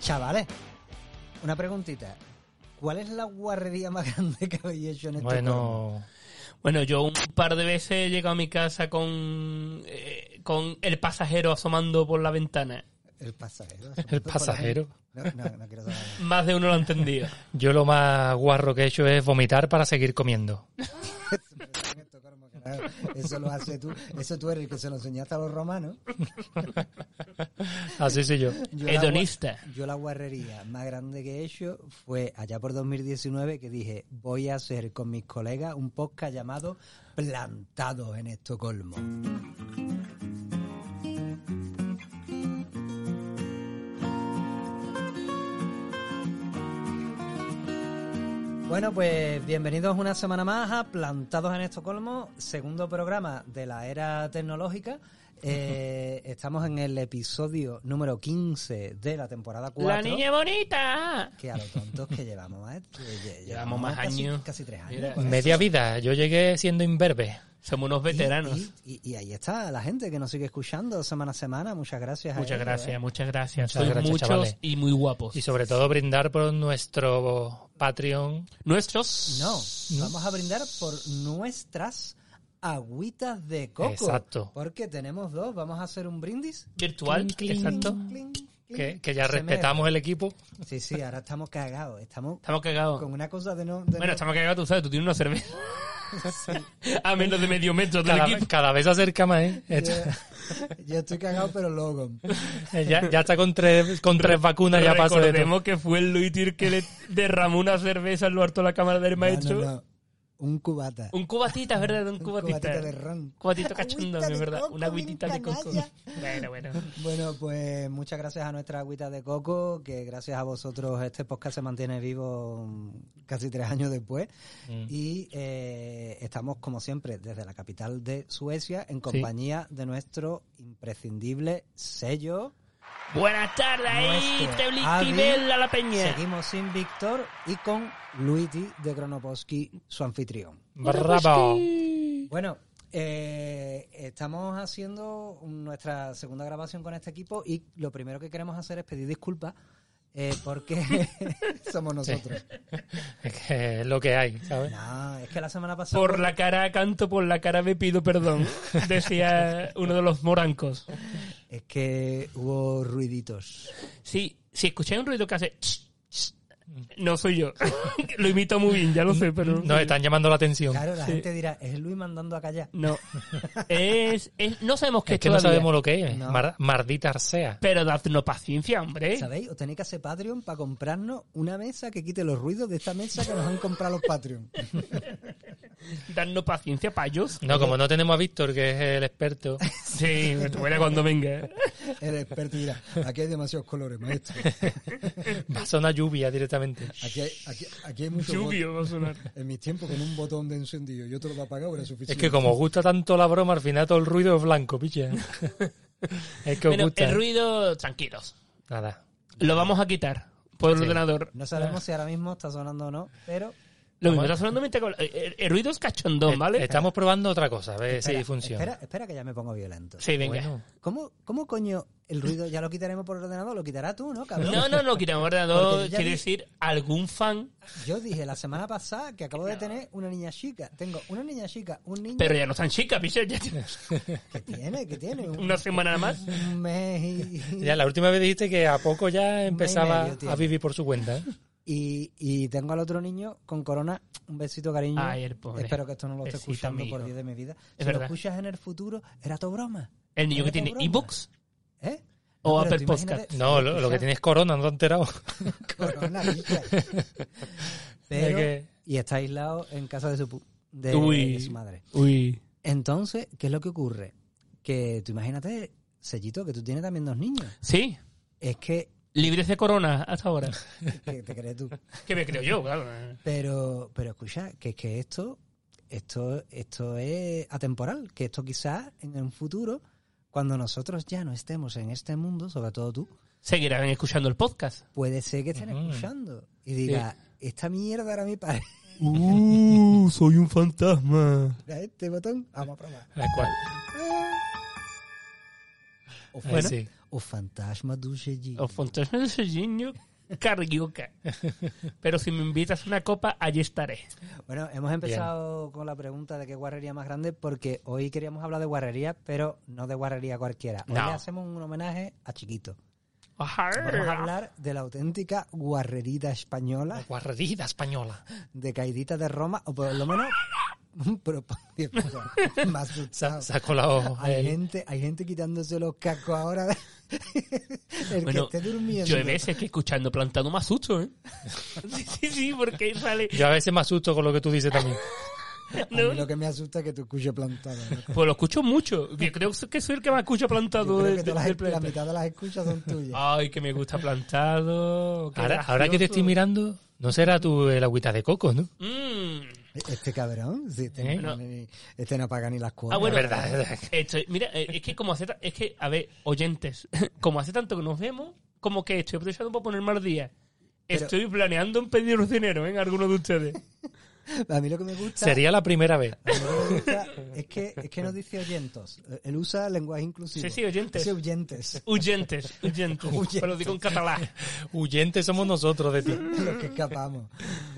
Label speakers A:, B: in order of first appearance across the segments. A: Chavales, una preguntita. ¿Cuál es la guardería más grande que habéis hecho en este
B: Bueno,
C: Bueno, yo un par de veces he llegado a mi casa con, eh, con el pasajero asomando por la ventana.
A: El pasajero.
B: el pasajero.
A: No, no, no quiero saber.
C: Más de uno lo ha entendido.
B: Yo lo más guarro que he hecho es vomitar para seguir comiendo.
A: nada. Eso lo hace tú. Eso tú eres el que se lo enseñaste a los romanos.
B: Así soy yo.
A: Yo la gua-
C: Hedonista.
A: yo la guarrería más grande que he hecho fue allá por 2019 que dije, voy a hacer con mis colegas un podcast llamado Plantados en Estocolmo. Bueno, pues bienvenidos una semana más a Plantados en Estocolmo, segundo programa de la era tecnológica. Eh, estamos en el episodio número 15 de la temporada 4.
C: ¡La niña bonita!
A: Que a lo tontos que llevamos, maestro. que lle-
C: Llevamos más
A: casi-
C: años.
A: Casi tres años.
C: Mira,
A: pues.
B: Media vida. Yo llegué siendo imberbe.
C: Somos unos veteranos.
A: Y, y- y ahí está la gente que nos sigue escuchando semana a semana. Muchas gracias. a
C: Muchas
A: ellos,
C: gracias,
A: ¿eh?
C: muchas gracias.
B: Muchas
C: Sois
B: gracias,
C: muchos
B: chavales.
C: y muy guapos.
B: Y sobre todo brindar por nuestro Patreon.
C: Nuestros.
A: No, vamos a brindar por nuestras agüitas de coco.
B: Exacto.
A: Porque tenemos dos. Vamos a hacer un brindis.
C: Virtual. Exacto.
A: Cling, cling.
B: Que, que ya
A: Se me-
B: respetamos el equipo.
A: Sí, sí, ahora estamos cagados. Estamos
C: Estamos cagados.
A: con una cosa de no. de
C: Bueno,
A: no-
C: estamos cagados, tú sabes, tú tienes una cerveza. a menos de medio metro del
B: Cada,
C: equipo.
B: cada vez se acerca más, ¿eh? Esto-
A: yo, yo estoy cagado, pero luego.
B: ya, ya está con tres, con tres vacunas, ya pasó de todo.
C: Recordemos que fue el Luis Tir que le derramó una cerveza en lo harto de la cámara del
A: No, no,
C: maestro.
A: no. Un cubata.
C: Un cubatita, es verdad, un cubatita.
A: cubatita de ron.
C: Cubatito
A: Agüita
C: cachondo, es
A: de
C: verdad.
A: coco,
C: Una agüitita de
A: bien
C: coco.
A: canalla.
C: Bueno, bueno.
A: Bueno, pues muchas gracias a nuestra agüita de coco, que gracias a vosotros este podcast se mantiene vivo mm, casi tres años después. Y eh, estamos, como siempre, desde la capital de Suecia, en compañía de nuestro imprescindible sello.
C: Buenas tardes, ahí,
A: Nuestro Adi.
C: Tebliquibel a la peña.
A: Seguimos sin Víctor y con Luigi de Kronoposki, su anfitrión.
B: Bravo.
A: Bueno, eh, estamos haciendo nuestra segunda grabación con este equipo y lo primero que queremos hacer es pedir disculpas eh, porque somos nosotros. pues
B: Es que es lo que hay, ¿sabes?
A: No, es que la semana pasada...
C: Por la cara canto, por la cara me pido perdón, decía uno de los morancos.
A: Es que hubo ruiditos.
C: Sí, si escucháis un ruido que hace... ch, ch, No soy yo. Lo imito muy bien, ya lo sé, pero...
B: Nos están llamando la atención.
A: Claro, la
C: Sí.
A: gente dirá, es Luis mandando a callar.
C: No. Es, es- no sabemos qué
B: Es
C: es
B: que no
C: todavía,
B: sabemos lo que es.
A: No.
B: Mar- mardita sea.
C: Pero dadnos paciencia, hombre.
A: ¿Sabéis? Os tenéis que hacer Patreon para comprarnos una mesa que quite los ruidos de esta mesa que nos han comprado los Patreon.
C: Dadnos paciencia, payos.
B: No, como no tenemos a Víctor, que es el experto.
C: Sí, me duele cuando venga.
A: El experto dirá, aquí hay demasiados colores, maestro.
B: Va a sonar lluvia directamente.
A: Aquí hay, aquí, aquí hay muchos bot-
C: Lluvio va a sonar.
A: En mis tiempos con un botón de encendido y otro de apagado era suficiente.
B: Es que como os gusta tanto la broma, al final todo el ruido es blanco, pilla. Es que os
C: Bueno,
B: gusta.
C: el ruido, tranquilos.
B: Nada.
C: Lo vamos a quitar por el
B: Sí.
C: ordenador.
A: No sabemos si ahora mismo está sonando o no, pero
C: Lo mismo está sonando mientras que- El, el ruido es cachondón, ¿vale?
B: Estamos probando otra cosa, a ver
A: espera,
B: si funciona.
A: Espera, espera que ya me pongo violento.
C: Sí, venga.
B: Bueno,
A: ¿Cómo, ¿Cómo coño el ruido ya lo quitaremos por el ordenador? Lo quitará tú, ¿no, cabrón?
C: No, no, no, quitamos el ordenador.
A: Porque ya
C: Quiere
A: vi-
C: decir, algún fan,
A: Yo dije la semana pasada que acabo de tener una niña chica. Tengo una niña chica, un niño
C: pero ya no están chicas, picha, ya tiene
A: que tiene, que tiene un,
C: una semana más.
A: un mes y,
B: ya la última vez dijiste que a poco ya empezaba
A: medio tiene.
B: a vivir por su cuenta. ¿eh?
A: y, y tengo al otro niño con corona. Un besito, cariño.
C: Ay, el pobre.
A: Espero que esto no lo esté
C: Besito,
A: escuchando
C: amigo.
A: por Dios de mi vida. si
C: verdad.
A: lo escuchas en el futuro, era tu broma.
C: El niño
A: Era
C: que
A: tu
C: tiene
A: broma.
C: ebooks.
A: ¿Eh?
C: O
A: pero
C: Apple
A: tú imagínate-
C: Podcast.
B: No, lo, lo que tiene es corona, no te has enterado.
A: Corona, bicha. Pero,
B: que-
A: Y está aislado en casa de su, pu- de,
C: Uy.
A: de su madre.
C: Uy.
A: Entonces, ¿qué es lo que ocurre? Que tú imagínate, Sellito, que tú tienes también dos niños.
C: Sí,
A: Es que,
C: libres de corona hasta ahora.
A: que te crees tú.
C: que me creo yo, claro.
A: Pero, pero escucha, que es que esto, esto, esto es atemporal. Que esto quizás en un futuro, cuando nosotros ya no estemos en este mundo, sobre todo tú,
C: Seguirán escuchando el podcast.
A: puede ser que estén
B: Ujú.
A: escuchando y diga, esta mierda era mi padre.
C: Uh, soy un fantasma.
A: Mira este botón, vamos a probar.
B: La cual-
A: O
B: eh,
A: fuera,
B: sí.
A: O fantasma do Jedi.
C: O fantasma de Serginho Carioca. Pero si me invitas a una copa, allí estaré.
A: Bueno, hemos empezado con la pregunta de qué guarrería más grande, porque hoy queríamos hablar de guarrería, pero no de guarrería cualquiera. Hoy
C: No.
A: le hacemos un homenaje a Chiquito. Vamos a
C: Ajar.
A: hablar de la auténtica guarrerita española,
B: Guarrerida española.
A: de Caidita de Roma, o por lo menos. Pero, Dios, o sea, me ha asustado.
B: Sa- Sacó la hoja.
C: Ah,
A: Hay gente, hay gente quitándose los cascos ahora. El
C: Bueno,
A: que esté durmiendo.
C: Yo hay veces que escuchando plantado más susto, ¿eh? Sí, sí, sí, porque sale.
B: Yo a veces me asusto con lo que tú dices también.
A: A mí
C: ¿no?
A: lo que me asusta es que tú escuches plantado. ¿no?
C: Pues lo escucho mucho. Yo creo que soy el que más escucha
A: Yo
C: plantado
A: creo
C: de-
A: que
C: de-
A: todas las- la
C: del planeta. Ah.
A: mitad de las escuchas son tuyas.
C: Ay, que me gusta plantado. qué
B: Ahora, ahora que te estoy
C: gracioso.
B: mirando, no será tú el agüita de coco, ¿no?
C: Mm.
A: Este cabrón, sí, este,
B: ¿Eh?
A: no, paga ni- este no paga ni las cuotas.
C: Ah, bueno,
B: Es verdad, es verdad.
C: estoy- mira, eh, es que como hace, ta- es que, a ver, oyentes, como hace tanto que nos vemos, como que estoy aprovechando para poner más días.
A: Pero-
C: Estoy planeando en pediros dinero ¿eh? en alguno de ustedes.
A: A mí lo que me gusta,
B: Sería la primera vez.
A: a mí lo que me gusta es, que, es que nos dice oyentos. Él usa lenguaje inclusivo.
C: Sí, sí, oyentes.
A: Dice oyentes.
C: Huyentes, huyentes.
A: Huyentes.
C: Pero lo digo en catalán.
B: Huyentes somos nosotros de ti.
A: los que escapamos.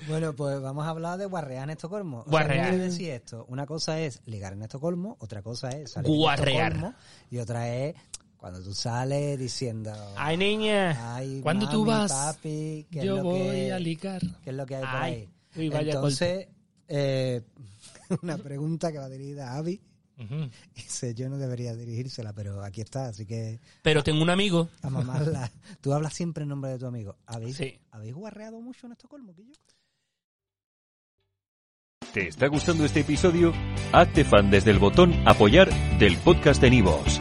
A: Bueno, pues vamos a hablar de guarrear en Estocolmo. O
C: Guarrear.
A: ¿qué quiere decir esto? Una cosa es ligar en Estocolmo, otra cosa es salir en
C: Guarrear.
A: Estocolmo, y otra es cuando tú sales diciendo,
C: Ay, niña.
A: ay,
B: ¿Cuándo
A: mami,
B: tú vas?
A: papi, ¿qué es
B: Yo
A: lo
B: voy
A: que-
B: a ligar.
A: ¿Qué es lo que hay por
C: Ay,
A: ahí?
C: uy, vaya
A: Entonces, eh, una pregunta que va dirigida a Avi.
B: Ujú.
A: Dice, yo no debería dirigírsela, pero aquí está, así que
C: Pero tengo un amigo.
A: a mamarla. Tú hablas siempre en nombre de tu amigo. ¿Habéis,
C: Sí.
A: ¿habéis guarreado mucho en Estocolmo, Guillo?
D: ¿Te está gustando este episodio? Hazte fan desde el botón Apoyar del podcast de Nivos.